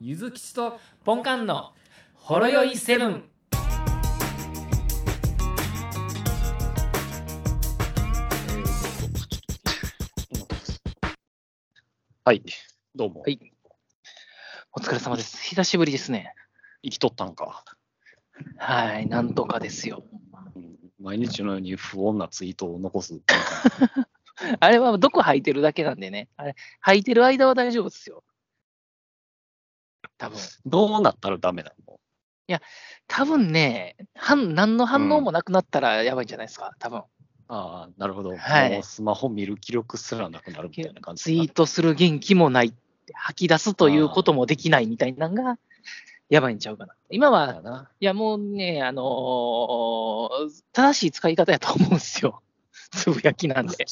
ゆずきちとポンカンのほろよいセブン。はい、どうも。はいお疲れ様です。久しぶりですね。生きとったんか。はい、なんとかですよ。うん毎日のように不穏なツイートを残す。あれは毒吐いてるだけなんでね。あれ、吐いてる間は大丈夫ですよ。多分。どうなったらダメなの多分ね、反何の反応もなくなったらやばいんじゃないですか。多分。ああ、なるほど。はいもうスマホ見る気力すらなくなるみたいな感じ。ツイートする元気もない。吐き出すということもできないみたいなのが、やばいんちゃうかな。今は、だな。いやもうね、あのー正しい使い方やと思うんですよ。 つぶやきなんで。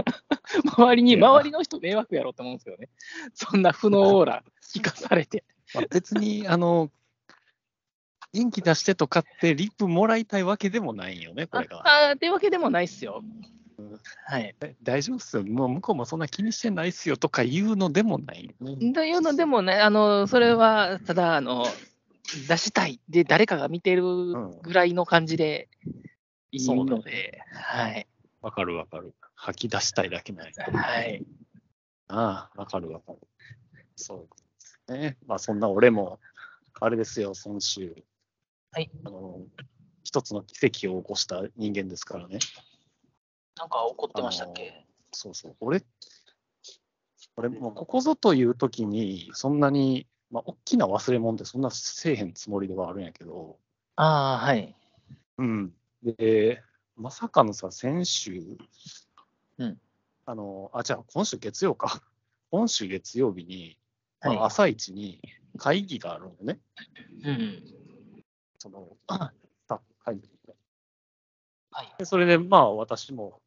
周りに、いや周りの人迷惑やろって思うんですけどね。そんな負のオーラ聞かされ て。まあ、別に、あの、元気出してとかってリップもらいたいわけでもないんよね、こあれが。あーってわけでもないっすよ。はい。大丈夫っすよ。もう向こうもそんな気にしてないっすよとか言うのでもないよね。というのでもね、あの、それは、ただ、あの、出したい。で、誰かが見てるんぐらいの感じでいいそのうだで、はい。わかるわかる。吐き出したいだけない。はい。ああ、わかるわかる。そうですね。まあそんな俺も、あれですよ、今週。はい。あの、一つの奇跡を起こした人間ですからね。なんか怒ってましたっあのけそうそう。俺、俺もうここぞという時に、そんなに、まあ大きな忘れ物ってそんなせえへんつもりではあるんやけど、ああ、はい。うん。で、まさかのさ、先週、うん。あの、あ、じゃあ今週月曜か。今週月曜日に、まはい。あ、朝一に会議があるのね、うん。その、 あさ会議はい。でそれで、まあ、私も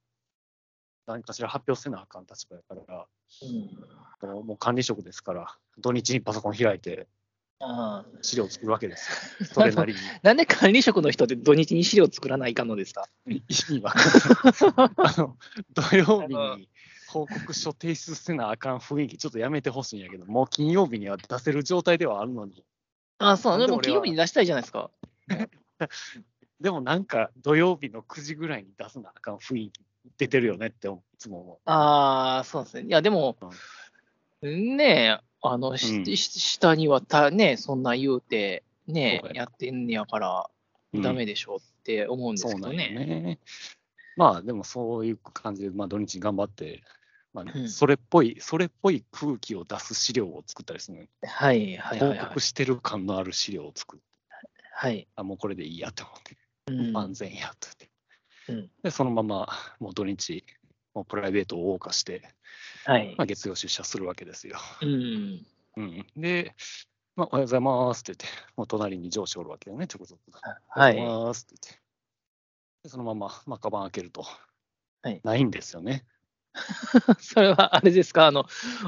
何かしら発表せなあかん立場やから、うんあのもう管理職ですから、土日にパソコン開いてあ資料作るわけです よ。それなりにーなんで管理職の人って土日に資料作らないかんのですか意味わからない。 あの、土曜日あのに報告書提出せなあかん雰囲気、ちょっとやめてほしいんやけど、もう金曜日には出せる状態ではあるのに、ああ、そう。なんでで俺もは金曜日に出したいじゃないですか。でもなんか土曜日の9時ぐらいに出すなあかん雰囲気出てるよねっていつも思う。ああ、そうですね。いや、でも、ねえ、あの、しうんし下にはた、ねえそんな言うて、ねそうえだよやってんねやから、うんダメでしょうって思うんですそうけなどんよね。ね。まあでもそういう感じで、まあ、土日に頑張って、まうあ、んそれっぽい、それっぽい空気を出す資料を作ったりするのよはい、はい、はい報はい告。してる感のある資料を作って、はい。あもうこれでいいやと思って、うん安全やとう言って、んでそのままもう土日、もうプライベートを謳歌して、はいま。あ、月曜出社するわけですよ。 うん。うん、で、まあ、おはようございますって言って、もう隣に上司おるわけよね、直属の。はおはようい。 ございますって言って。でそのまま、まあ、カバン開けると、はいないんですよね。それはあれですか、あの、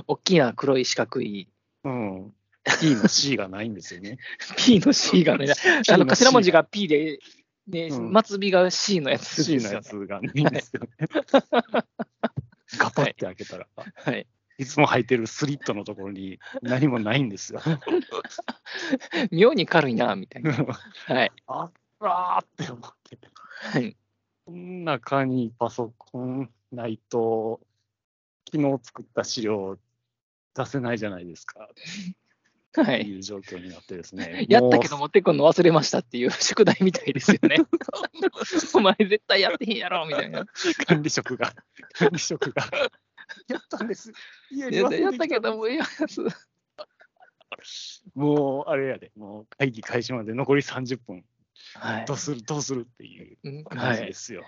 大きな黒い四角いうん。P の C がないんですよね。 P の C がね、 あの頭文字が P で、ね、うん末尾が C のやつ C ですのやよね。つがないんですよね。ガパって開けたら、はい。いつも履いてるスリットのところに何もないんですよ。妙に軽いな、みたいな。はい。 あらーって思って。はい。中にパソコンないと、昨日作った資料出せないじゃないですかはとい。。いう状況になってですね やったけど持ってくんの忘れましたっていう宿題みたいですよ ね。お前絶対やってへんやろみたいな。う管理職が、管理職が。 やったんです。家にや忘やれってたきけどもういやそうもう、あれやで、もう会議開始まで残り30分。はいどうする、どうするっていううんは感じいで。すよ。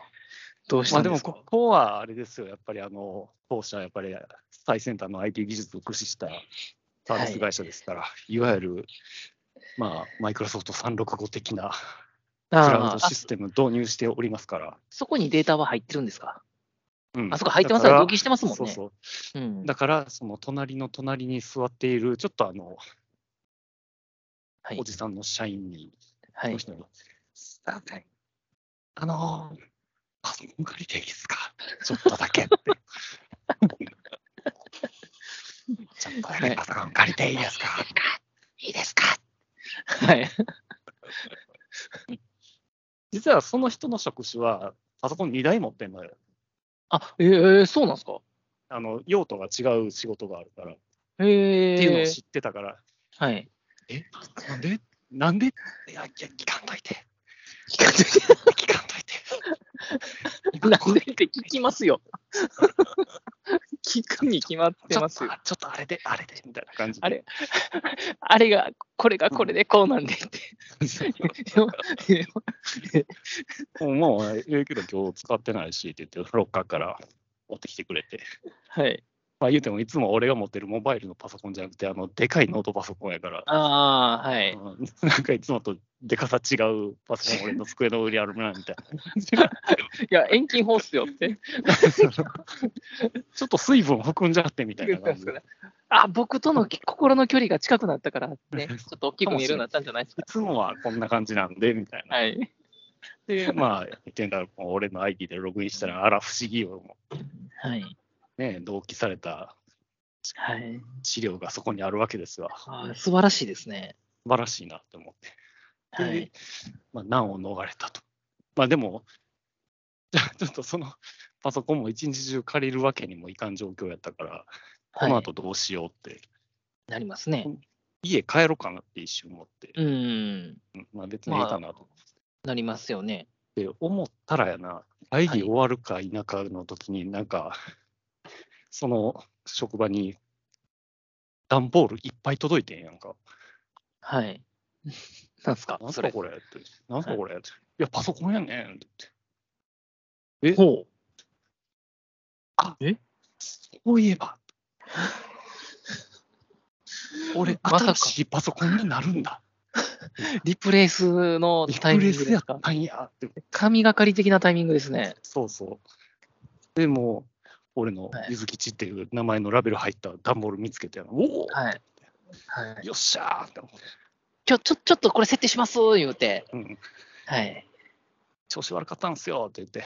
どうしたまあんででも、すかここはあれですよ。やっぱり、あの、当社、やっぱり最先端の IT 技術を駆使したサービス会社ですから、い、わゆる、まあ、マイクロソフト365的なクラウあドーあシステム導入しておりますから。そこにデータは入ってるんですかうんあそこ入ってますから同期してますもんね。そうそう。うんだから、その隣の隣に座っている、ちょっとあの、はいおじさんの社員に、はいの人にすいませんあのー、パソコン借りていいですかちょっとだけ って。ちょっとだけパソコン借りていいですかいいですかはい。実はその人の職種は、パソコン2台持ってんのよ。あ、えー、そうなんですかあの用途が違う仕事があるから、っへえていうのを知ってたから、はい。えなんでなんでいや、いや聞かんといて。聞かんといて。なんでって聞きます よ。聞くに決まってちょまっすとよ。あちょっとあれで、あれで、みたいな感じで。あれあれが、これがこれでこうなんでって。もう、言うけど今日使ってないしって言って、ロッカーから持ってきてくれて。はい。まあ言うても、いつも俺が持ってるモバイルのパソコンじゃなくて、あの、でかいノートパソコンやから、ああ、はい。うんなんかいつもとでかさ違うパソコン、俺の机の上にあるな、みたいな感じが。いや、遠近法っすよって。ちょっと水分含んじゃってみたいな 感じで。いあ、僕との心の距離が近くなったからね、ちょっと大きく見えるようになったんじゃないですか。つもはこんな感じなんで、みたいな。はい。で、まあ、言ってんだら、もう俺の ID でログインしたら、あら不思議よ。もはい。うね、同期されたはい。資料がそこにあるわけですわ。素あー素晴らしいですね。晴らしいなって思って。はでい。まあ、難を逃れたと。まあでも、じゃあちょっとそのパソコンも一日中借りるわけにもいかん状況やったから、このはい後どうしようって、なりますね。家帰ろうかなって一瞬思って、うん。まあ別にいいかなと。なりますよね。で、思ったらやな、会議終わるか否かの時に、なんか、その職場に段ボールいっぱい届いてんやんか。はい。 なんすかなんすそかれ。これって。なんすかこれって。いや、パソコンやねんって。れほう。そういえば。俺、まさか新しいパソコンになるんだ。リプレイスのリプタイミレンイグスでやすっかたんやって。神がかり的なタイミングですね。そうそう。でもう、俺のはいゆずきちっていう名前のラベル入った段ボール見つけて、おお、はい。はい、よっしゃーって思って、ちょ、ちょ、ちょっとこれ設定します言うて。うん、はい。調子悪かったんすよって言って。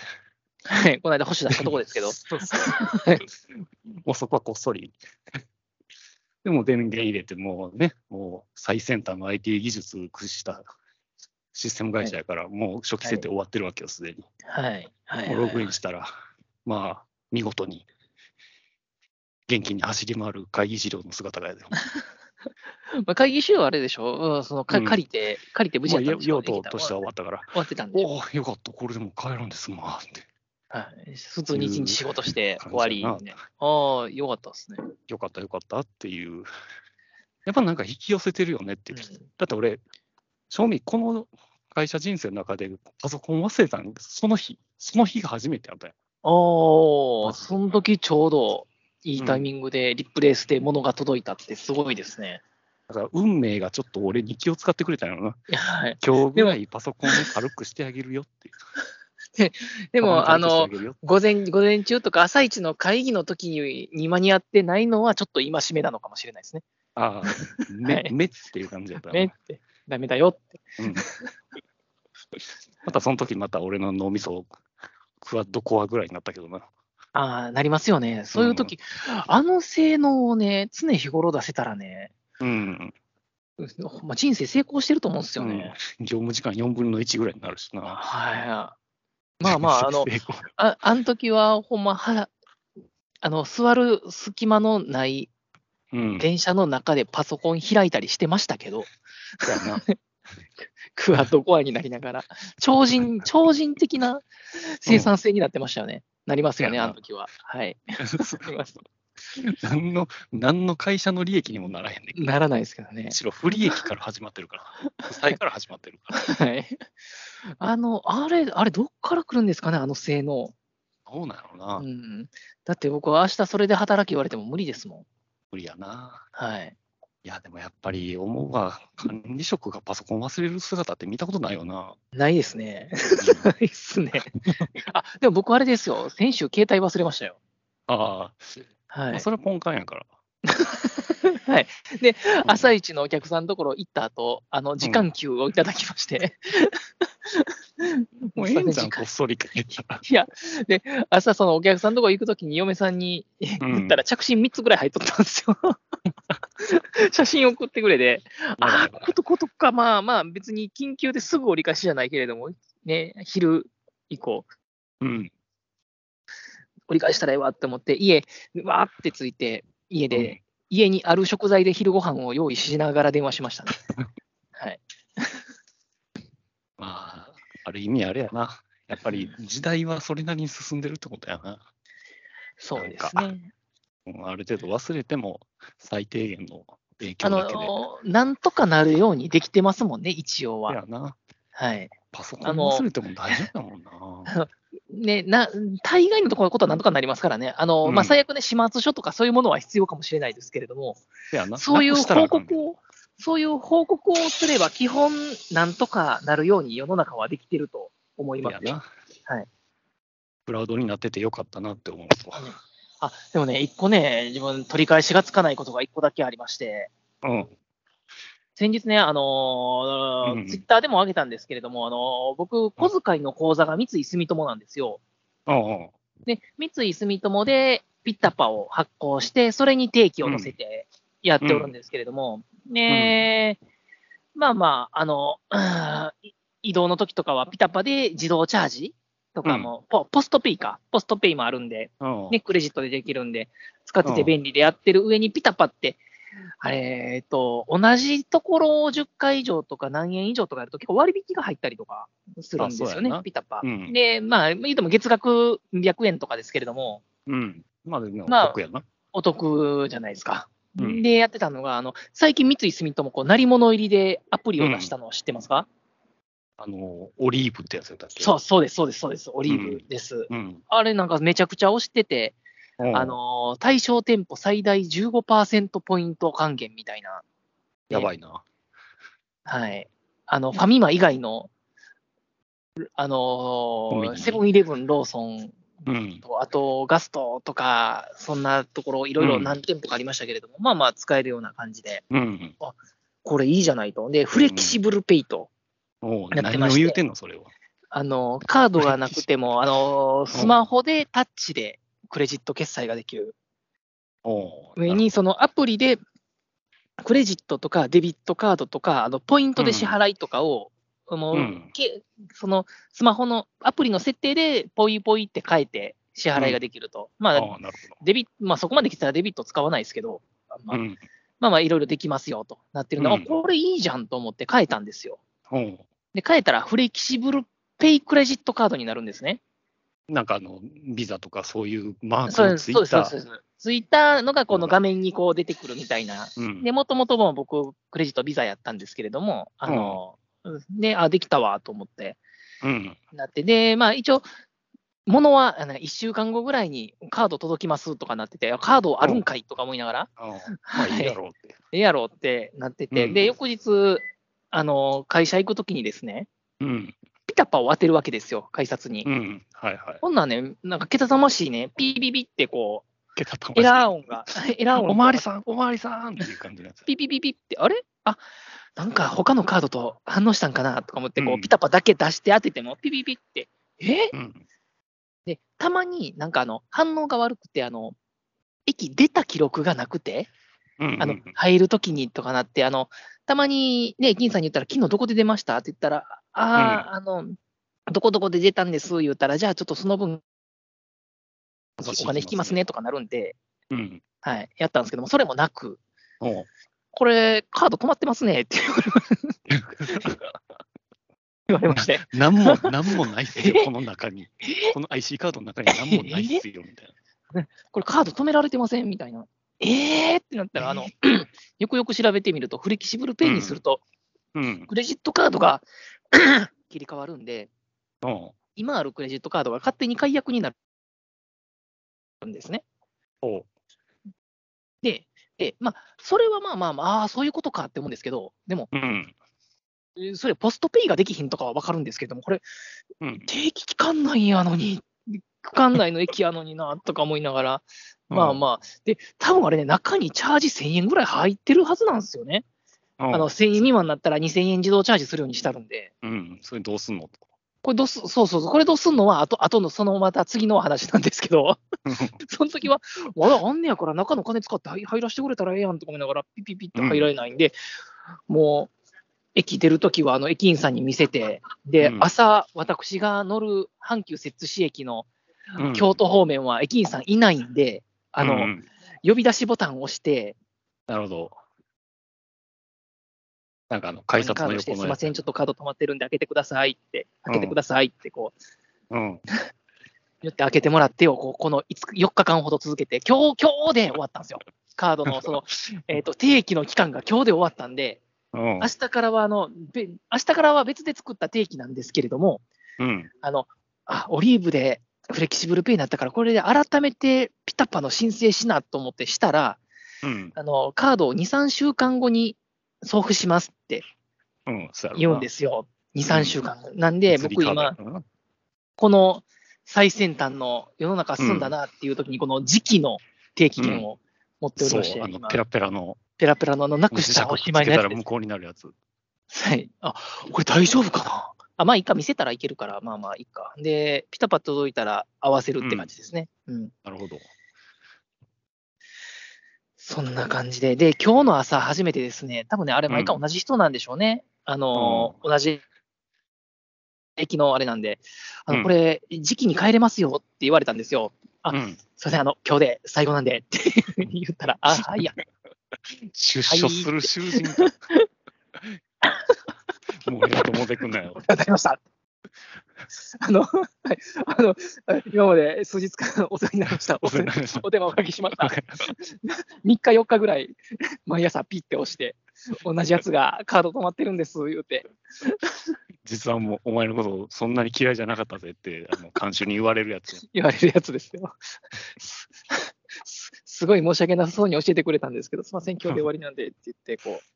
はい。この間星出したとこですけど。 そうそうもうそこはこっそり。 でも電源入れて、もうね、もう最先端の IT 技術駆使したシステム会社やから、もう初期設定終わってるわけよ、すでに。はい。はい。もうログインしたら、まあ、見事に、元気に走り回る会議資料の姿が、まあ、会議資料はあれでしょ、うん、そのかうん借りて、借りて無事まあ、やったん用でしょう、で途きたとしては終わったから、終わってたんで、おお、よかった、これでも帰るんですまあって。はい、普通に一日仕事してう終んわり、感じね。ああ、よかったですね。よかった、よかったっていう。やっぱなんか引き寄せてるよねって。だうんって俺、正味、この会社人生の中でパソコン忘れたんその日、その日が初めてやったよ。ああ、その時ちょうどいいタイミングでリプレイスで物が届いたってすごいですね。だから運命がちょっと俺に気を使ってくれたんやろな。はい。今日ぐらいパソコンを軽くしてあげるよっていう。でも、あパソコのン軽、くしてげるよ午前、午前中とか朝一の会議の時にに間に合ってないのはちょっと今しめなのかもしれないですね。 ああ、はめ、いめっていう感じやったよなねって、ダメだよって。うんまたその時また俺の脳みそ、クワッドコアぐらいになったけどな。ああ、なりますよね。そういう時、あの性能をね、常日頃出せたらね、うん。ほんま人生成功してると思うんですよね。業務時間4分の1ぐらいになるしな。はい。まあまあ、あの、 成功ああの時は、ほんま、はあの、座る隙間のないうん。電車の中でパソコン開いたりしてましたけど、そうやなクワッドコアになりながら、超人、超人的な生産性になってましたよね。なりますよね、そうやあなの時は。はい。なります 何の、何の会社の利益にもならへんね ん。ならないですけどねむ。しろ不利益から始まってるから。負債から始まってるから。はい。あの、あれ、あれ、どっから来るんですかね、あの性能。どうなのな、うん。だって僕は明日それで働き言われても無理ですもん。無理やな。はい。いや、でもやっぱり思うわ。管理職がパソコン忘れる姿って見たことないよな。ないですね。 ないっすね。あ、でも僕あれですよ。先週携帯忘れましたよ。ああ、はまあい。それはポンカンやから。 はい、でう、ん朝一のお客さんのところ行った後、あの、時間給をいただきまして。もうええんじゃん、時こ間っそり帰った ら。いや、で、朝そのお客さんのところ行くときに嫁さんにうん 言ったら着信3つぐらい入っとったんですよ。写真送ってくれて、なあるあ、ほどことことか、まあまあ、別に緊急ですぐ折り返しじゃないけれども、ね、昼以降、うん。折り返したらええわって思って、家、わーってついて、家で、うん家にある食材で昼ご飯を用意しながら電話しましたね。はい。まあ、ある意味あれやな。やっぱり時代はそれなりに進んでるってことやな。そうですなね。うんある程度忘れても最低限の影あ響だけで。の、なんとかなるようにできてますもんね、一応は。やな。はい。パソコン忘れても大丈夫だもんな。 ね、な、大概のところことはなんとかなりますからね。あの、まうあ、ん最悪ね、始末書とかそういうものは必要かもしれないですけれども、せやなそういうなくしたら報あかん告を、そういう報告をすれば、基本、なんとかなるように世の中はできてると思いせまやすね。な。はい。クラウドになっててよかったなって思うあ、でもね、一個ね、自分、取り返しがつかないことが一個だけありまして、と。うん。先日ね、あのうんツイッターでも上げたんですけれども、あのー僕、小遣いの口座が三井住友なんですよ。うんうん。で、三井住友でピッタパを発行して、それに定期を乗せてやっておるんですけれども、ねえまあまあ、あの、うんい移動の時とかはピタパで自動チャージとかも、ポポストペイか、ポストペイもあるんで、うんね、クレジットでできるんで、使ってて便利でやってる上にピタパって、あれ、えっと、同じところを10回以上とか何円以上とかやると結構割引が入ったりとかするんですあよそうやねな、ピタパ。うんで、まあ、言うても月額200円とかですけれども、うん。まあでも、まあ得やな。お得じゃないですか。うんで、やってたのが、あの、最近三井住友、こう、鳴り物入りでアプリを出したのを知ってますか、あの、オリーブってやつやったっけそう、そうです、そうです、そうです。オリーブです。うん。あれなんかめちゃくちゃ押してて、うん。あのー、対象店舗最大15%ポイント還元みたいな。やばいな。はい。あの、ファミマ以外の、あのンビーニセブンイレブン、ローソン、うん。あとガストとか、そんなところ、いろいろ何店舗かありましたけれども、まあまあ使えるような感じで、うん。これいいじゃないと。で、フレキシブルペイと、おうやって何まをして言うてんの、それは。あの、カードがなくても、あの、スマホでタッチでクレジット決済ができる。おう上、に、そのアプリで、クレジットとかデビットカードとか、あの、ポイントで支払いとかを、あのうんけそのスマホのアプリの設定で、ポイポイって変えて支払いができると。まああ、あ、なるデビまあ、そこまで来たらデビット使わないですけど、まほあど。うん。まあまあ、いろいろできますよとなってるの、うでんあこれいいじゃんと思って変えたんですよ。おうで、変えたら、フレキシブルペイクレジットカードになるんですね。なんかあの、ビザとかそういうマークそうでのす、ツイそうでッす、そタうですー。。そうですツイッターのがこの画面にこう出てくるみたいな。うんで、もともとも僕、クレジットビザやったんですけれども、あの、で、あ、できたわと思って、うん。なって、で、まあ一応、ものはあの1週間後ぐらいにカード届きますとかなってて、カードあるんかいとか思いながら、ああまあいいだろうって。ええやろってなってて、うんで、翌日、あの、会社行くときにですね、うん。ピタパを当てるわけですよ、改札に。うん。はいはい。こんなんね、なんかけたたましいね、ピービビってこけたたまう、エラーを。音が、 エラー音がおまわりさん、おまわりさんっていう感じのやつ。ピピピピって、あれあなんか他のカードと反応したんかなとか思って、こうう、んピタパだけ出して当てても、ピピピって、えうん。で、たまになんかあの、反応が悪くて、あの、駅出た記録がなくて、うん。あのうん、入るときにとかなって、あの、たまにね、銀さんに言ったら、昨日どこで出ましたって言ったら、ああ、あの、どこどこで出たんです言ったら、じゃあちょっとその分、お金引きますね。とかなるんで、うん。はい、やったんですけども、それもなく、おうこれ、カード止まってますねって 言われまして、なんも、なんもないっすよえ、この 中に。この IC カードの中になんもないっすよ、みたいこれカード止められてませんみたいな。えーってなったら、あ の、よくよく調べてみると、フレキシブルペイにすると、な。うん。クレジットカードが 切り替わるんで、おう今あるクレジットカードが勝手に解約になるんですね。おうで、でまあ、それはまあまあまあ、あーそういうことかって思うんですけど、でも、うん。えーそれ、ポストペイができひんとかは分かるんですけども、これ、うん。定期期間内やのに、期間内の駅やのにな、とか思いながら、まあまあ、で、多分あれね、中にチャージ1000円ぐらい入ってるはずなんですよね。ああの、1000円未満になったら2000円自動チャージするようにしてあるんで、うん。それどうすんのと。これどうす、そうそうそう、これどうすんのは、あと、あとの、そのまた次のお話なんですけど、 その時は、あら、あんねやから中の金使って入入らしてくれたらええやんとか思いながら、ピピピって入られないんで、もう、駅出る時は、あの、駅員さんに見せて、で、うん朝、私が乗る阪急摂津市駅のうん京都方面は駅員さんいないんで、あの、うん呼び出しボタンを押して、なるほど。なんかあの、改札カのードして横すのいまやつ。せん、ちょっとカード止まってるんで開けてくださいって、開けてくださいって、こう、うん。言って開けてもらってをこうこの5 4日間ほど続けて、今日、今日で終わったんですよ。カードのそ の、えっと定期の期間が今日で終わったんで、うん明。日からはあのべ明日からは別で作った定期なんですけれども、うん。あのあオリーブでフレキシブルペイになったから、これで改めてピタパの申請しなと思ってしたら、うん。あのカードを2、3週間後に送付しますってうん。そうやろな言うんですよ、2、3週間後。なんで、釣り僕、カードや今か、らなこの最先端の世の中進んだなっていう時に、この時期の定期券を持っておりそうまして、、あの、今ペラペラの、ペラペラのあのなくし磁石たをおつしけまいのやたつらで向こうになるやつ。す。はい。あ、これ大丈夫かなあ、まあいいか、見せたらいけるから、まあまあいいか。で、ピタパッと届いたら合わせるって感じですね。うん。なるほど。そんな感じで。で、今日の朝初めてですね、多分ね、あれ毎回うん同じ人なんでしょうね。あのー、同じ駅のあれなんで、あうの、んこれ、時期に帰れますよって言われたんですよ。あうん。すいません、あの、今日で最後なんでって言ったら、あ、はいや、出所する囚人 か。もう俺の友達くんなよ。わかりました。あの、はい、あの、今まで数日間お世話になりました。おお世世話になり ましたお電話おかけしました。3日、4日ぐらい、 毎朝ピッて押して、同じやつがカード止まってるんです、言うて。実はもうお前のことそんなに嫌いじゃなかったぜって、あ の、監修に言われるやつ。言われるやつですよ。 すすごい申し訳なさそうに教えてくれたんですけど、すみま せん、今日で終わりなんでって言って、こう。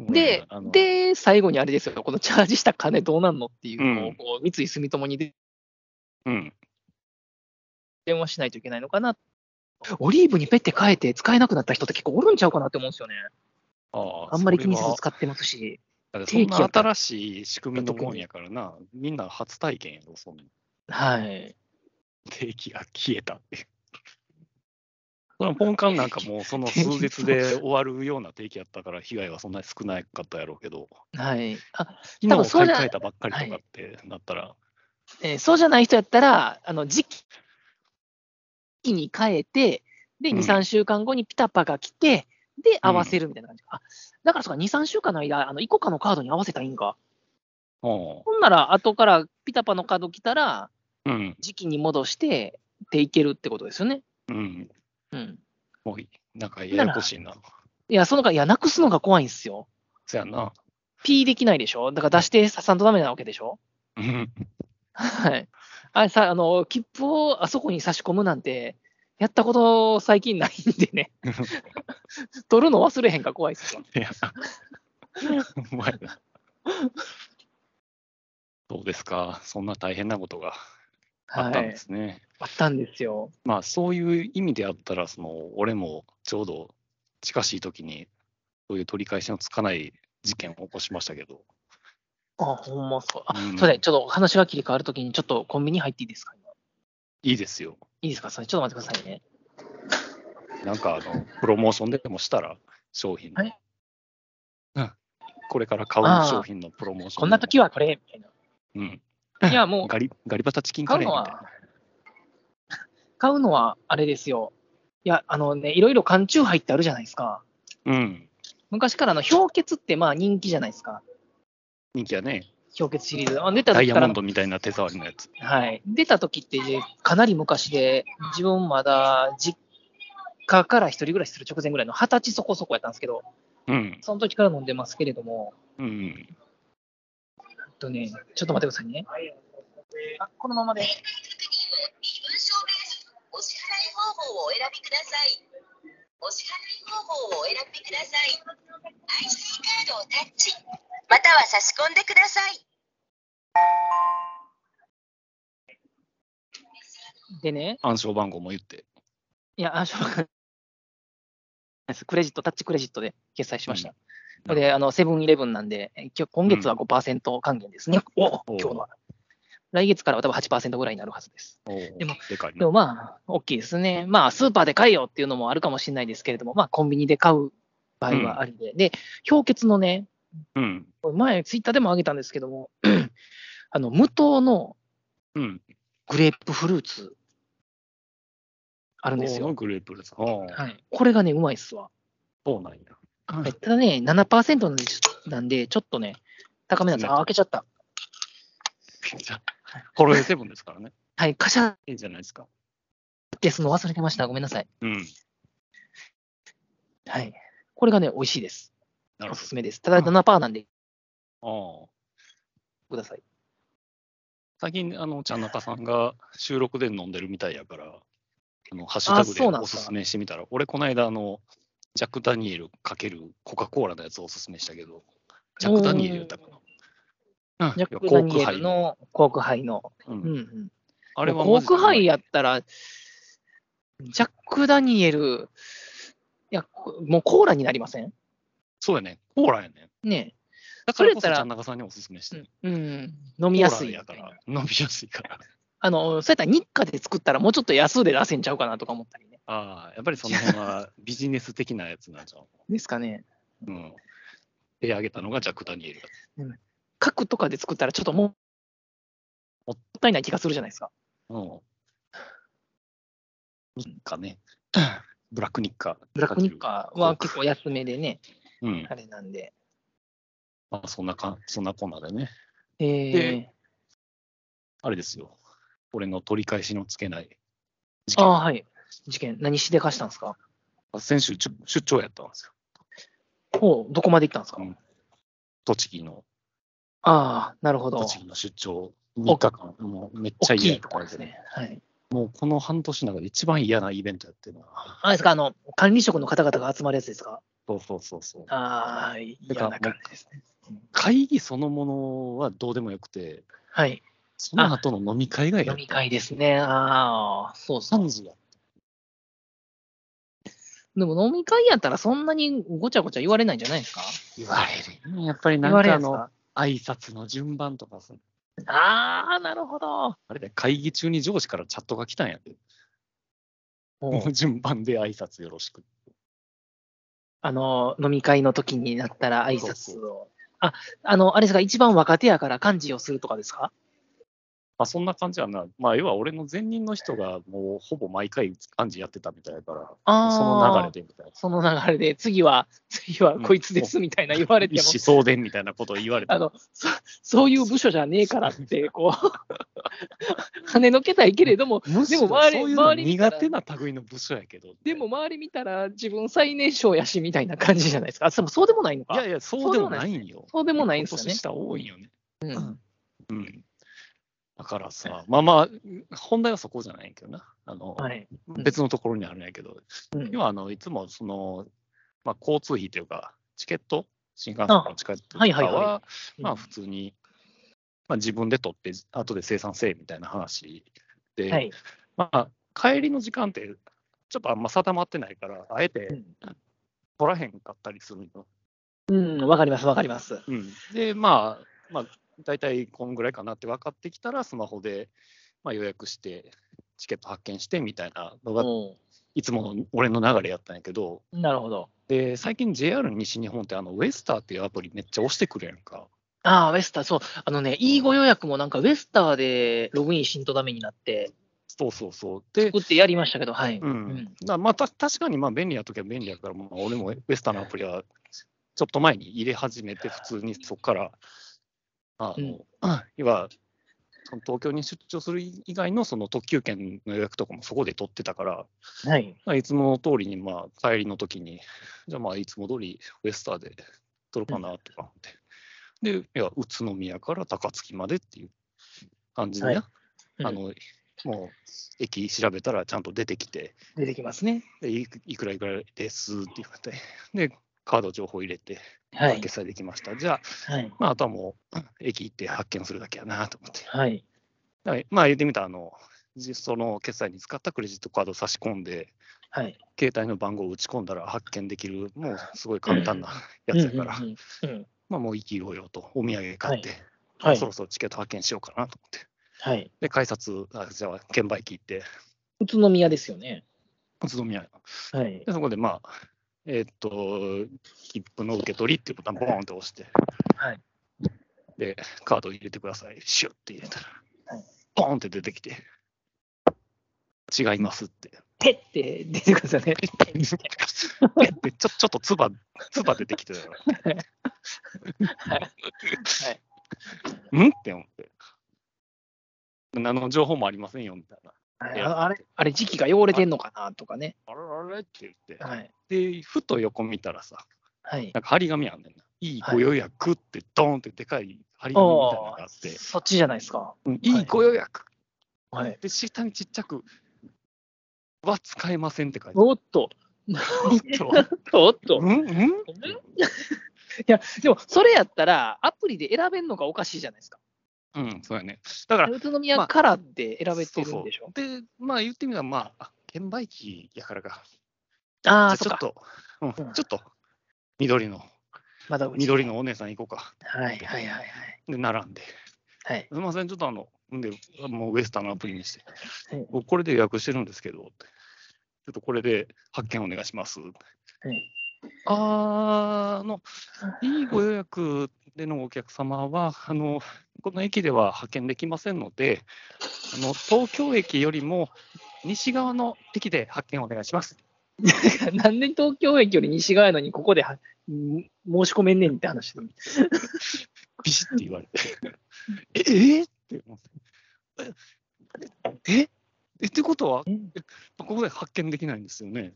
であ、の、で、最後にあれですよ、このチャージした金どうなんのっていうのうをんこう、三井住友にうん。電話しないといけないのかな。オリーブにペッて変えて使えなくなった人って結構おるんちゃうかなって思うんですよね。ああんまり気にせずっ使ってますし。そん定期やなった新しい仕組みのもんやからな、みんな初体験やろ、そんな。はい。定期が消えたっていう。そのポンカンなんかもうその数日で終わるような定期やったから被害はそんなに少なかったやろうけど、はい。あ、多今分もそ買ういじゃ替えたばっかりとかってなったら、えーそうじゃない人やったら、あの、時期に変えて、で、う2、ん3週間後にピタパが来て、で、うん合わせるみたいな感じか。あ、だからそうか、2、3週間の間、あの、イコカのカードに合わせたらいいんか。うんほんなら、後からピタパのカード来たら、うん、時期に戻して、で、いけるってことですよね。うん、うん。もういなんかややこしいな。いや、そのか、いや、なくすのが怖いんですよ。そやな。 P できないでしょだから出してささんとダメなわけでしょうんはい。あれさ、あの、切符をあそこに差し込むなんて、やったこと最近ないんで ね。取るの忘れへんか怖いっすわ。いや、お前な。そうですか、そんな大変なことがあはったんいで。すね。あったんですよ。まあ、そういう意味であったら、その俺もちょうど近しい時に、そういう取り返しのつかない事件を起こしましたけど、あ、ほんまそう。あ、うんそれちょっと話が切り替わるときに、ちょっとコンビニ入っていいですか今いいですよ。いいですかそれちょっと待ってくださいね。なんかあの、プロモーションでもしたら、商品のはいうんこれから買うあー商品のプロモーション。こんな時はこれ、みたいうん、な。いや、もう、ガリガリバタチキンカ買うレーのみたいはな。、買うのはあれですよ。いや、あのね、いろいろ缶チューハイってあるじゃないですか。うん、昔からあの氷結ってまあ人気じゃないですか。人気やね。氷結シリーズ。あ出たダイ時ヤかモらンドみたいな手触りのやつ。はい、出た時って、かなり昔で、自分まだ実家から一人暮らしする直前ぐらいの二十歳そこそこやったんですけど、うん。その時から飲んでますけれども、うん。えっとね、ちょっと待ってくださいね。あこのままで。身分証明書お支払い方法をお選びくださいお支払い方法をお選びください IC カードをタッチまたは差し込んでくださいでね、暗証番号も言って。いや、あ、しょうがないです。クレジット、タッチクレジットで決済しました。うんで、あの、セブンイレブンなんで、え今日今月は5%還元ですね。おお今日のは。来月からは多分8%ぐらいになるはずです。おーでも、でかいでなもまあ、大きいですね。まあ、スーパーで買えよっていうのもあるかもしれないですけれども、まあ、コンビニで買う場合はありで。で、氷結のね、うん。これ前、ツイッターでも上げたんですけども、 あの、無糖のうん。グレープフルーツ、あるんですおーよ。グレープです。おーはい。これがね、うまいっすわ。そうなんや。はいただね、7%なんで、ちょっとなんでちょっとね、高めなんです。あ、開けちゃった。じゃあ ホロヨイセブンですからね。はい、カシャっいいじゃないですか。てすの忘れてました。ごめんなさい。うん。はい。これがね、美味しいです。なるおほすすめです。ただ7%なんでど。おーください。最近、あの、ちゃんなかさんが収録で飲んでるみたいやから、あの、ハッシュタグでそうなんおすすかすめしてみたら、俺、この間、あの、ジャック・ダニエルかけるコカ・コーラのやつをおすすめしたけど、ジャック・ダニエルやったかな。うん、ジャック・いダやニエル、のコークハイの。コークハイううんん、うん。あれはコマージでクうまハいイやったら、ジャック・ダニエル、いや、こもうコーラになりませんそうやね。コーラやね。ねだからそこそ、ちれやったらゃんなかさんにおすすめしてえる。。うん。飲みやすいみコーたラいやかな。ら、飲みやすい から。あの、そうやったら日課で作ったらもうちょっと安うで出せんちゃうかなとか思ったりね。ああ、やっぱりその辺はビジネス的なやつなんじゃん。ですかね。うん。手挙げたのがジャック・ダニエルだ。核とかで作ったらちょっとももったいない気がするじゃないですか。うん。日課ね。 ブラック日課。ブラックニッカーは結構安めでね、うん。あれなんで。まあ、そんなかん、そんなこんなでね。えーで、あれですよ。俺の取り返しのつけない事あ件。あー、はい。事件、何しでかしたんですか先週出出張やったんですよ。ほう、どこまで行ったんですか、うん栃木の、ああ、なるほど。栃木の出張3日間。もうめっちゃ大き嫌いところですね。ね。はい。もうこの半年の中で一番嫌なイベントやってるな。あれですか、あの、管理職の方々が集まるやつですかそうそうそうそう。ああ、て嫌かな感じですね。会議そのものはどうでもよくて、はい。その後の飲み会がや飲み会ですね。ああ、そうそう。 3時や。でも飲み会やったらそんなにごちゃごちゃ言われないんじゃないですか言われる。やっぱりな言んわれかなあいですのか挨拶の順番とかさ、ああ、なるほど。あれだよ会議中に上司からチャットが来たんやで。も う順番で挨拶よろしく。あの、飲み会の時になったら挨そう拶を。あ、あの、あれですか、一番若手やから幹事をするとかですかまあそんな感じやな。まあ要は俺の前任の人がもうほぼ毎回感じやってたみたいやから、あーその流れでみたいな。その流れで、次は、次はうんこいつですみたいな言われても、一子相伝みたいなことを言われあた。の、そ、そういう部署じゃねえからって、こう、 跳ねのけたいけれども、むしろでも周りそういうの周り見た苦ら手な類の部署やけど。でも周り見たら自分最年少やしみたいな感じじゃないですか。あ、でもそうでもないのいか。やいや、そうでもないんよ。そうでもないんですよね年下多いんよね。うんうん。だからさ、まあまあ、本題はそこじゃないけどな。あの、はい。ん別のところにあるんやけど、うん今、あの、いつも、その、まあ、交通費というか、チケット、新幹線のチケットとかは、はいはいはまあ、普通に、まあ、自分で取って、後で生産せえみたいな話で、はい。まあ、帰りの時間って、ちょっとあんま定まってないから、あえて取らへんかったりするの。うん、わかります、わかります。うん、で、まあ、まあ、大体こんぐらいかなって分かってきたら、スマホで、まあ、予約して、チケット発券してみたいなのが、おいつもの俺の流れやったんやけど、うなるほど。で、最近 JR 西日本って、あの、ウェスターっていうアプリめっちゃ押してくるやんか。ああ、ウェスター、そう。あのね、E5 予約もなんかウェスターでログインしんとダメになって、そうそうそう。で、作ってやりましたけど、はい。ううんん。だまあ、た確かに、まあ、便利な時は便利やから、まあ、俺もウェスターのアプリは、ちょっと前に入れ始めて、普通にそこから、あの、今、その東京に出張する以外のその特急券の予約とかもそこで取ってたから、はい。まあ、いつもの通りに、まあ、帰りの時に、じゃあまあ、いつも通りウェスターで撮るかなとか思って。で、いや、宇都宮から高槻までっていう感じでね、はいうんあの、もう、駅調べたらちゃんと出てきて、出てきますね。でいくいくらいくらですって言われて、で、カード情報入れて、はあい。決済できました。じゃあ、はい。まあ、あとはもう、駅行って発見するだけやなと思って。はい。だからまあ、言ってみたら、あの、じその決済に使ったクレジットカード差し込んで、はい。携帯の番号を打ち込んだら発見できる、もうすごい簡単なやつやから、うんうんうんうんまあもう意気揚々とお土産買って、はいそ。ろそろチケット発見しようかなと思って。はい。で、改札、あじゃあ、券売機行って、宇都宮ですよね。宇都宮はい。で、そこでまあ、えーっと、切符の受け取りっていうボタン、ボーンって押して、はいで、カード入れてください、シュッて入れたらはい、ボーンって出てきて、違いま すって。ペッて出てくださいね。ペッてちょちょっとつば、つば出てきてたから。んって思って。何の情報もありませんよみたいな。はいああれ、あれ、時期が汚れてんのかなとかね。あれあれって言って。はい。で、ふと横見たらさ、はい。なんか張り紙あんねんな。いいはいご予約ってドーンってでかい張り紙みたいなのがあって、そっちじゃないですか。うんいいご予約はい。で下にちっちゃく、は使えませんって書いておっと、ある。おっと。 うんうん いや、でも、それやったら、アプリで選べんのがおかしいじゃないですか。うん、そうやね。だから、宇都宮からって選べてるんでしょ。そうそうで、まあ言ってみたら、まあ、券売機やからか。あじゃあ、あそっちょか。っと、うん、ちょうんっと、緑の、まだ緑。のお姉さん行こうか。はいはいはいはい。で、並んで。はい。すみません、ちょっとあの、んで、もうウエスタンのアプリにしてはい、僕これで予約してるんですけど、ってちょっとこれで発見お願いします。あーあの、いいご予約でのお客様は、あの、この駅では派遣できませんので、あの東京駅よりも西側の駅で発見お願いします。 何年東京駅より西側やのに、ここではん申し込めんねんって話で。ビシッて言われて、ええって思って、えええってことは、ここで発見できないんですよね。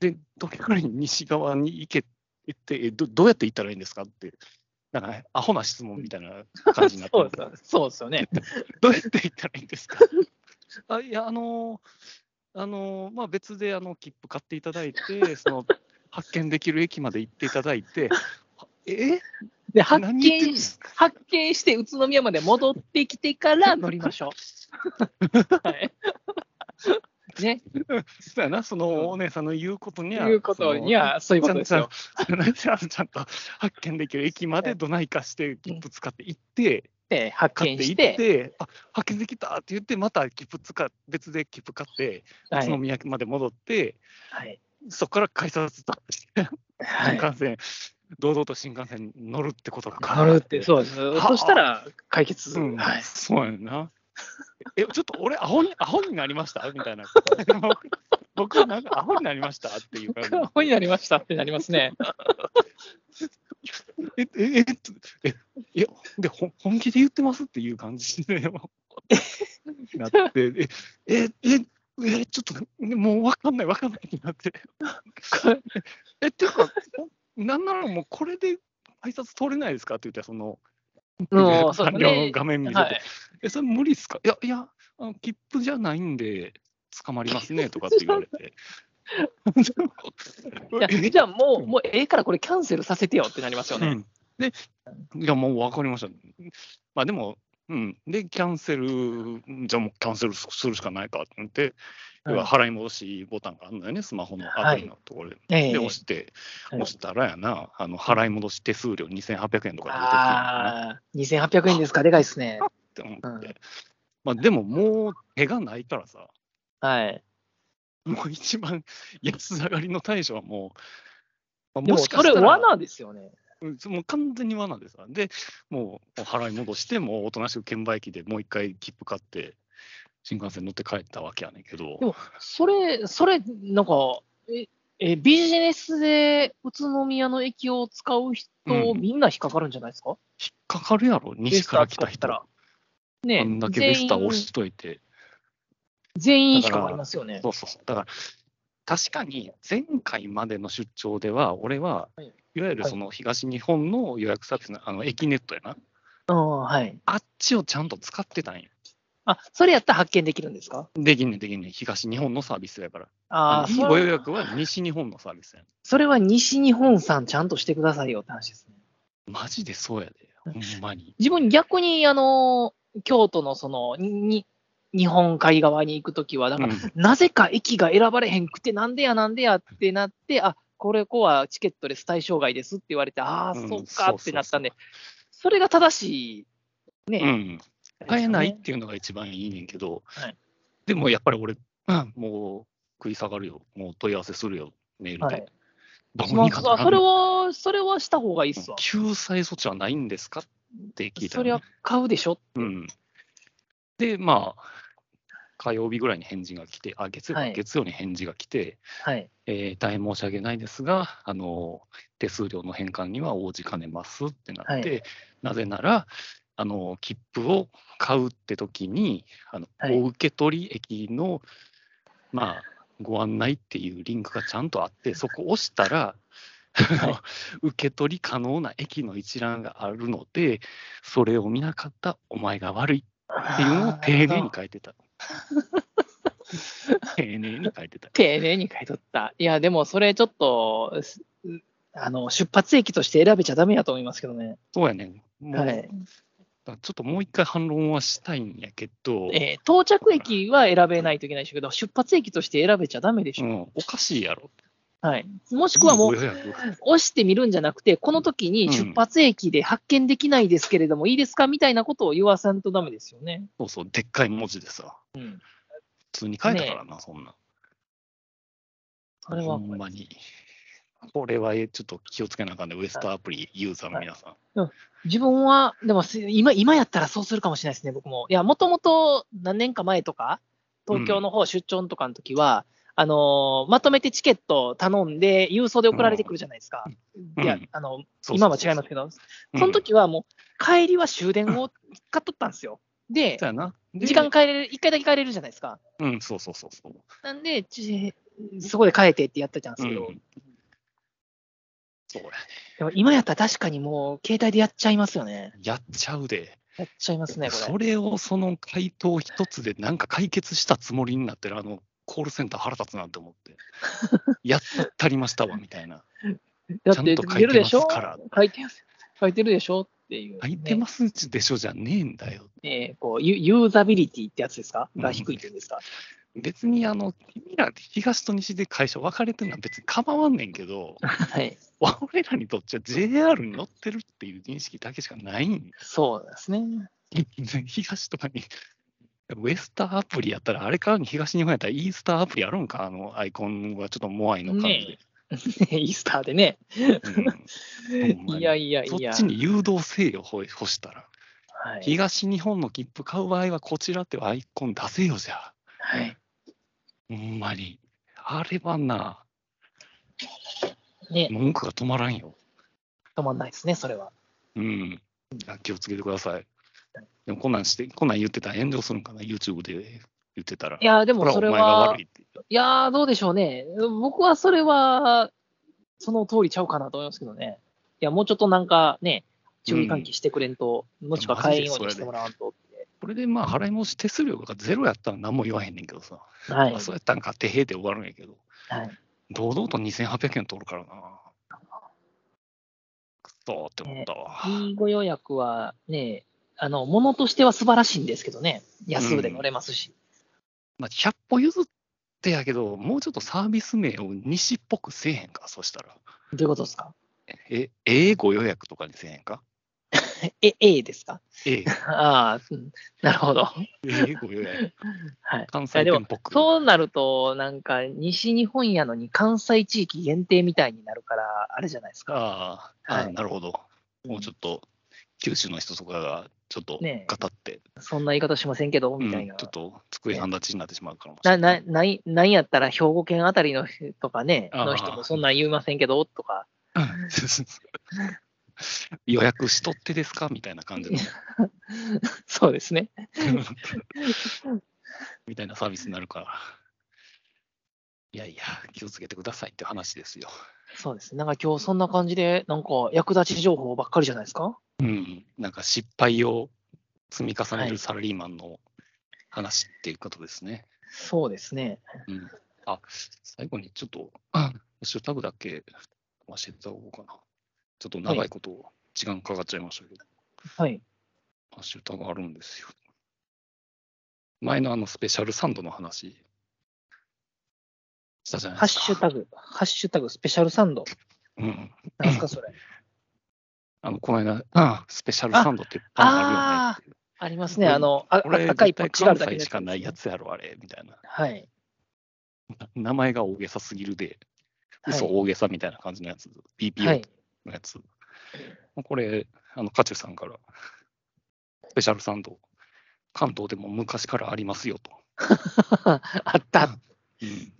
で、時から西側に行け行って、えどどうやって行ったらいいんですかって、なんか、ね、アホな質問みたいな感じになっそう て、そうですよね。 どうやって行ったらいいんですか あいや、あのーあのーまあ、別であの切符買っていただい て、その発見できる駅まで行っていただいて、えで、発何言ってん見のし、発見して宇都宮まで戻ってきてから乗りましょ う。はい。ね、そうやな、そのお姉さんの言うことには。いうことには、そういうことですよ。その。ちゃんちゃんと発見できる駅までどないかして切符使って行って、で、発買見って行しって、て、あ発見できたって言って、また切符使っ別で切符買って、宇はい都。宮まで戻って、はい。そこから改札として、はい新幹線、堂々と新幹線に乗るってことが可乗能るって、そうです。はあそしたら解決すうる。んはい。そうやん な。え、ちょっと俺、アホに、アホになりましたみたいな。 僕はなんかアホになりましたっていう感じ。アホになりましたってなりますね。え、え、え、ええ、いや、で、ほん本気で言ってますっていう感じで、 もうなって、え、え、え、え、ちょっと、もう分かんない、分かんないってなって。え、っていうか、なんならもうこれで挨拶通れないですかって言ったら、その、も う、そう完です了のね。画面見せて、はい。え、それ無理っすかいや、いや、あの切符じゃないんで、捕まりますねとかって言われて。 いやじゃあもう、もうええからこれキャンセルさせてよってなりますようね。ん、で、いや、もう分かりました。まあでも、うん、で、キャンセル、じゃあもうキャンセルするしかないかってなって、要は払い戻しボタンがあるんだよね、スマホのアプリのところで。ええで、押して、はい押したらやな、あの払い戻し手数料2800円とかで出てきてなああ、2800円ですか、でかいですね。って思うっんて。まあでも、もう手がないからさ、はい。もう一番 安上がりの対処はもう、まあでも、しかそしれたら罠ですよね。うんもう完全に罠でさ、で、もうもう払い戻して、もうおとなしく券売機でもう一回切符買って、新幹線乗って帰ったわけやねんけどで、もそれ、それ、なんか、え、えビジネスで宇都宮の駅を使う人、うんみんな引っかかるんじゃないですか引っかかるやろ、西から来たベスター使っ人たらら。。あねんだけベ全ス員ター押しといて、全員引っかかりますよね。そうそうそう、だから、確かに前回までの出張では、俺ははい、いわゆるその東日本の予約サービスのあの駅ネットやな、うん、はい。あっちをちゃんと使ってたんや。あ、それやったら発見できるんですかできんねんできんねん、東日本のサービスやから。あああ、のそご予れ約は西日本のサービスやん。それは西日本さんちゃんとしてくださいよって話ですね。マジでそうやで、ほんまに。自分逆に、あの、京都のその、に、に日本海側に行くときは、なんか、なぜか駅が選ばれへんくて、なんでやなんでやってなって、あ、これこはチケットレス対象外ですって言われて、ああ、うんそっそうそうかそうってなったんで、それが正しい。ね、うんうんあれで買すえよねないっていうのが一番いいねんけど、はいでもやっぱり俺、うんもう食い下がるよ、もう問い合わせするよ、メールで。はい。どうまにかなあ、らんそれは、それはした方がいいっすわ。救済措置はないんですかって聞いたそよねりゃ買うでしょ。うん、で、まあ、火曜日ぐらいに返事が来て、あ月曜,、はい月曜に返事が来て、はい。えー大変申し訳ないですがあの、手数料の返還には応じかねますってなって、はなぜなら、あの切符を買うって時に、あのはいお受け取り駅の、まあ、ご案内っていうリンクがちゃんとあって、そこを押したら、あの受け取り可能な駅の一覧があるので、それを見なかったお前が悪いっていうのを丁寧に書いてた。丁寧に書いてた。丁寧に買い取った。いや、でもそれちょっと、すあの、出発駅として選べちゃダメやと思いますけどね。そうやね。もう、はい。ちょっともう一回反論はしたいんやけど、えー到着駅は選べないといけないでしょうけど、出発駅として選べちゃダメでしうょ。ん、おかしいやろ。はい。もしくはも、いいうご予約押してみるんじゃなくて、この時うにん出発駅で発見できないですけれども、いいですかみたいなことを言わさんとダメですよね。そうそう、でっかい文字でさ、うん。普通に書いたからな、そんな。それはほんまに。これはえちょっと気をつけなあかんね、ウエストアプリユーザーの皆さん。自分は、でもす今、今やったらそうするかもしれないですね、僕も。いや、もともと何年か前とか、東京の方出張とかの時は、あのーまとめてチケット頼んで、郵送で送られてくるじゃないですか。うんいやうん、あの、そうそうそ今うは違いますけど、うんその時はもう、帰りは終電を買っとったんですよ。でそう、やな。で時間変えれる、一回だけ帰れるじゃないですか。うん、そうそうそうそう。なんで、ちそこで変えてってやったじゃんですけど、うんそうやね。でも今やったら確かにもう、携帯でやっちゃいますよね。やっちゃうで。やっちゃいますね、こそれ。れをその回答一つでなんか解決したつもりになってるあのコールセンター腹立つなって 思って。やったりましたわみたいな。だちゃんと書いてますから。書いてます書いてるでしょっていう、書いてますでしょじゃねえんだよ。ねえーこうユ。ユーザビリティってやつですかうんが低いっていうんですか、別にあの、君ら東と西で会社分かれてるのは別に構わんねん けど、はい。俺らにとっちゃ JR に乗ってるっていう認識だけしかないんそうですね。 東とかに、ウエスターアプリやったら、あれからに東日本やったらイースターアプリあるんか、あのアイコンはちょっとモアイの感じイースターでね。で。うんほんまいにやいやいそっや。ちに誘導せよ、ほほしたら。はい。東日本の切符買う場合は、こちらってアイコン出せよじゃあ。はい、ほんまに。あれはな、ね文句が止まらんよ。止まんないですね、それは。うん。あ気をつけてください。でもこんなんして、こんなん言ってたら炎上するんかな、YouTube で言ってたら。いや、ででもそれお前がは悪い、って。いやー、どうでしょうね。僕はそれは、その通りちゃうかなと思いますけどね。いや、もうちょっとなんかね、注意喚起してくれんと、もしくはマジ会で員をにそれでしてもらわんとって。これでまあ払い戻し手数料がゼロやったら何も言わへんねんけどさ、はい。あそうやったんかってへーで終わるんやけど、はい堂々と2800円取るからな。くそーって思ったわ。 B ご予約はね、あの、ものとしては素晴らしいんですけどね。安うで乗れますし。まあ、100歩譲ってやけど、もうちょっとサービス名を西っぽくせえへんか、そしたら。どういうことですかえ、A ご予約とかにせえへんかえ、A ですか ?A、ああ、うんなるほど。 A ご予約。 はい。関西店っぽく。そうなると、なんか、西日本やのに関西地域限定みたいになるから、あれじゃないですか。あーあー、はいなるほど。もうちょっと、九州の人とかがちょっとねえ語って、そんな言い方しませんけど、みたいな。うん、ちょっと机半立ちになってしまうからもしれな、な、ない、なんやったら兵庫県あたりの人とかね、あーの人もそんなん言いませんけど、と か。予約しとってですかみたいな感じのそうですね。 みたいなサービスになるから。いやいや、気をつけてくださいって話ですよ。そうですね。なんか今日そんな感じで、なんか役立ち情報ばっかりじゃないですか。うん。なんか失敗を積み重ねはるいサラリーマンの話っていうことですね。そうですね。うん。あ、最後にちょっと、 ハッシュタグだけ教えておこうかな。ちょっと長いこと時間かかっちゃいましたけど。はい。ハッシュタグあるんですよ。前のあのスペシャルサンドの話、したじゃないハッですか。シュタグ、ハッシュタグ、スペシャルサンド。うん。なんすか、それ。あの、この間、あスペシャルサンドってパン あああー、ありますね。あの、あるよね。俺、赤い絶パッ対チがあ関るだけ西でしかないやつやろ、あれ、みたいな。はい。名前が大げさすぎるで、はい嘘大げさみたいな感じのやつ、は BPO い。のやつ。これ、あの、カチュさんから、スペシャルサンド、関東でも昔からありますよと。あった。うん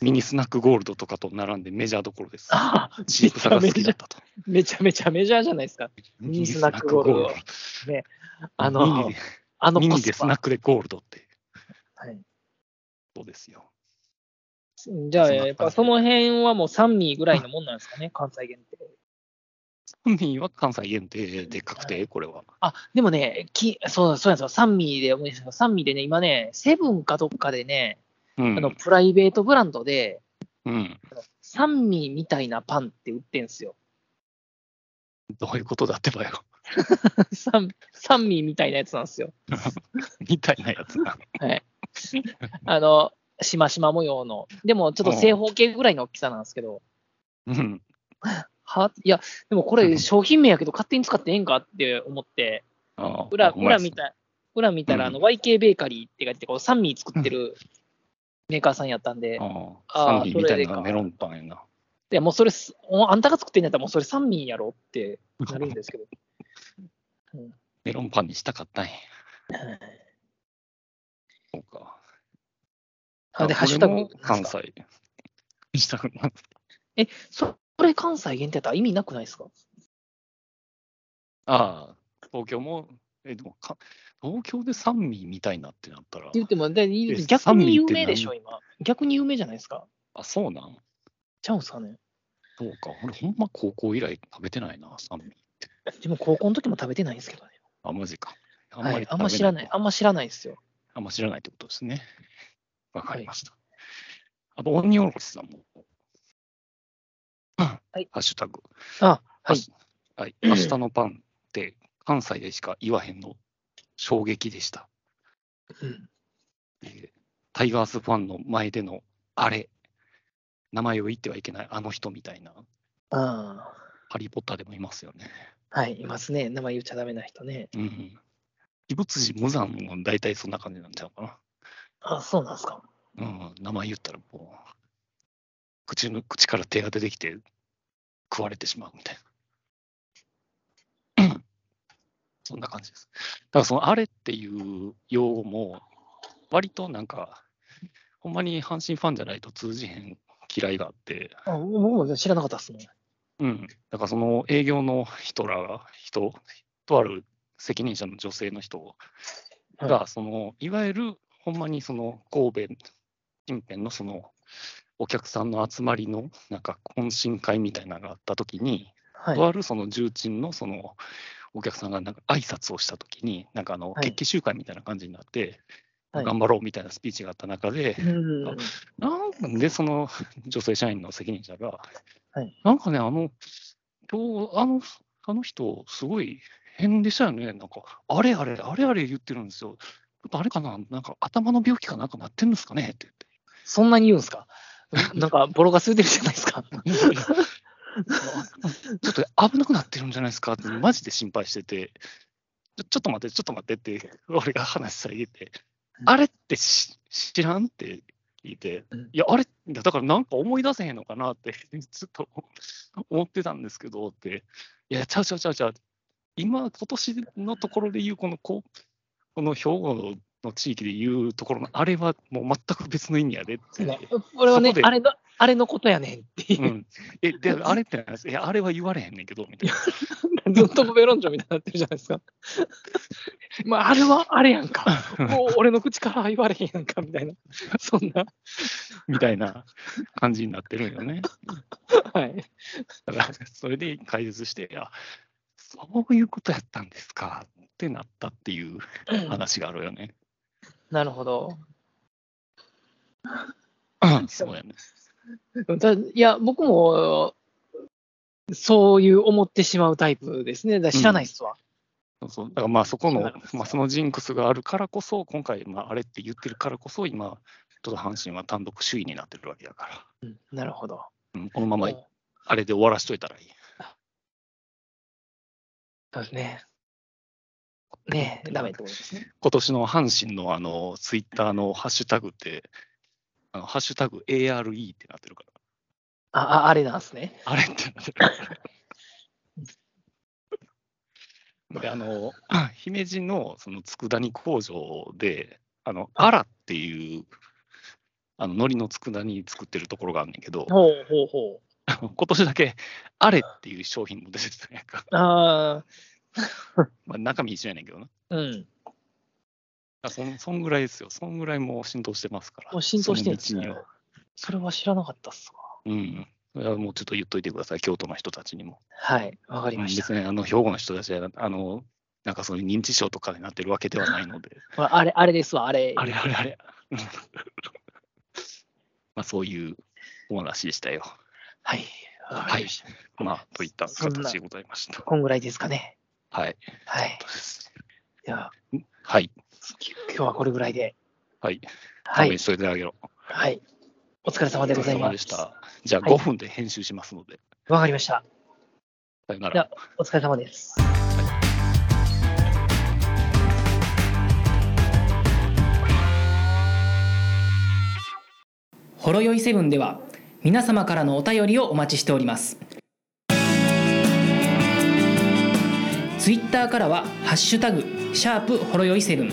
ミニスナックゴールドとかと並んでメジャーどころです。ああ、チープさが好きだったと。 めちゃめちゃメジャーじゃないですか。ミニスナックゴールドニあミのニ、であのミコニスでスパ。ナックでゴールドって、はいそうですよ。じゃあ、やっぱその辺はもう3ミリぐらいのもんなんですかね、関西限定。ミニは関西限定で確定、これは。あ、でもね、きそうそうなんですよ、3ミリで思い出したけど、3ミリでね、今ね、セブンかどっかでね、うんあのプライベートブランドで、うん。 3ミリみたいなパンって売ってんすよ。 どういうことだってばよ。 3, 3ミリみたいなやつなんですよ。みたいなやつな。あの、しましま模様の。でも、ちょっと正方形ぐらいの大きさなんですけど。うん。はいや、でもこれ商品名やけど勝手に使ってええんかって思って、ああ裏お前裏見た裏見たらあの YK ベーカリーって書いてこう、三味作ってるメーカーさんやったんで、ああああサンディみたいそれでかなメロンパンやな。でもうそれす、おあんたが作ってんやったらもうそれ三味やろってなるんですけ ど、メロンパンにしたかったんや。そうか。あで、あハッシュタ俺グも、関西。したくなえ、そそれ関西限定やったら意味なくないですかああ、東京も、え、でもか、東京で三味みたいなってなったら、って言っても、でえ逆三味にって有何名でしょ、今。逆に有名じゃないですか。あ、そうなんちゃうんすかね。そうか。俺、ほんま高校以来食べてないな、三味。でも高校の時も食べてないんですけどね。あ、マジか。あはいあんま食知べらない。あんま知らないですよ。あんま知らないってことですね。わかりました。あと、オニオロスさんも。うんいハッシュタグ。あ、ははいい。。はい、明日のパンって関西でしか言わへんの衝撃でした。うんえータイガースファンの前でのあれ、名前を言ってはいけないあの人みたいな、あハリー・ポッターでもいますよね。ーはい、いますね。名前言っちゃダメな人ね。うんうん。鬼仏寺無惨も大体そんな感じなんちゃうかあ、そうなんですか。な。うん、名前言ったらもう、口の口から手が出てきて食われてしまうみたいな。 そんな感じです。だからそのあれっていう用語も、割となんか、ほんまに阪神ファンじゃないと通じへん嫌いがあって、あ僕も知らなかったですね。うん、だからその営業の人らが、人、とある責任者の女性の人が、そのいわゆるほんまにその神戸近辺のそのお客さんの集まりのなんか懇親会みたいなのがあったときに、はい。とはあるその重鎮のそのお客さんがなんか挨拶をしたときに、なんかあのはい決起集会みたいな感じになって、い、頑張ろうみたいなスピーチがあった中でう、んうんなんで、その 女性社員の責任者が、はいなんかね、あの、今日、あの、あの人、すごい変でしたよね。なんか、あれあれ、あれあれ言ってるんですよ。ちょっとあれかな、なんか頭の病気かなんかなってんですかねってそんなに言うんですか なんか、ボロが吸れてるじゃないですか。 言って。ちょっと危なくなってるんじゃないですかって、マジで心配してて、ちょちょっと待って、ちょっと待ってって、俺が話しげて、あれってし知らんって聞いてうん、いや、あれ、だからなんか思い出せへんのかなって、ちょっと思ってたんですけどって、いや、ちゃうちゃうちゃうちゃう、今、今年のところで言う、このこうこの兵庫の地域で言うところの、あれはもう全く別の意味やでって。俺はねそこ、であれの、あれのことやねんっていうう、ん、え であれってなんですいやあれは言われへんねんけどみ たいな。 ずっとベロンジョみたいになってるじゃないですか。まあ、あれはあれやんか。 もう俺の口からは言われへんやんか、みたいな。そんな。みたいな感じになってるんよね。はい。だから、 それで解説して、あそういうことやったんですかってなったっていう話があるよね。なるほど。そうやね。だいや、僕も、そういう思ってしまうタイプですね。だから知らないっすわ。そうそうだからまあそこのなるほ、まあ、そのジンクスがあるからこそ、今回、まあ、あれって言ってるからこそ、今、ちょっと阪神は単独首位になってるわけだかなるほど。ら、うんこのままうんあれで終わらしといたらいい。そうですね。ねえ、ダメってことですね。今年の阪神のあのツイッターのハッシュタグって、あのハッシュタグ ARE ってなってるから、あ、ああれなんですね。あれってなってるから。で、あの、 姫路のその佃煮工場で、あの、アラっていう、あの、海苔の佃煮作ってるところがあんねんけど、ほうほうほ 今年だけ、アレっていう商品も出てたやんか。 う。あまあ、中身一緒やねんけどな。あ、うん。あそんそんぐらいですよ。そんぐらいもう浸透してますから。もう浸透してるんですそのね道には。それは知らなかったっすわ。うん。それはもうちょっと言っといてください、京都の人たちにも。はい、わかりました。別にあの兵庫の人たちは、あの、なんかそういう認知症とかになってるわけではないので、ほらあれ、あれですわ、あれ。あれあれあれ。うん まあそういうお話でしたよ。はい、わかりました。まあといったそんな形でございました。こんぐらいですかね。はい。はい。では、はい。今日はこれぐらいで。はい。は応援いし。といてあげろ。はい。お疲れ様でございお疲れ様までしす。た。じゃあはい5分で編集しますので、わかりました。さよなでらは。、お疲れ様です。ほろよいセブンでは皆様からのお便りをお待ちしておりますツイッターからは「ハッシュタグシャープほろよいセブン」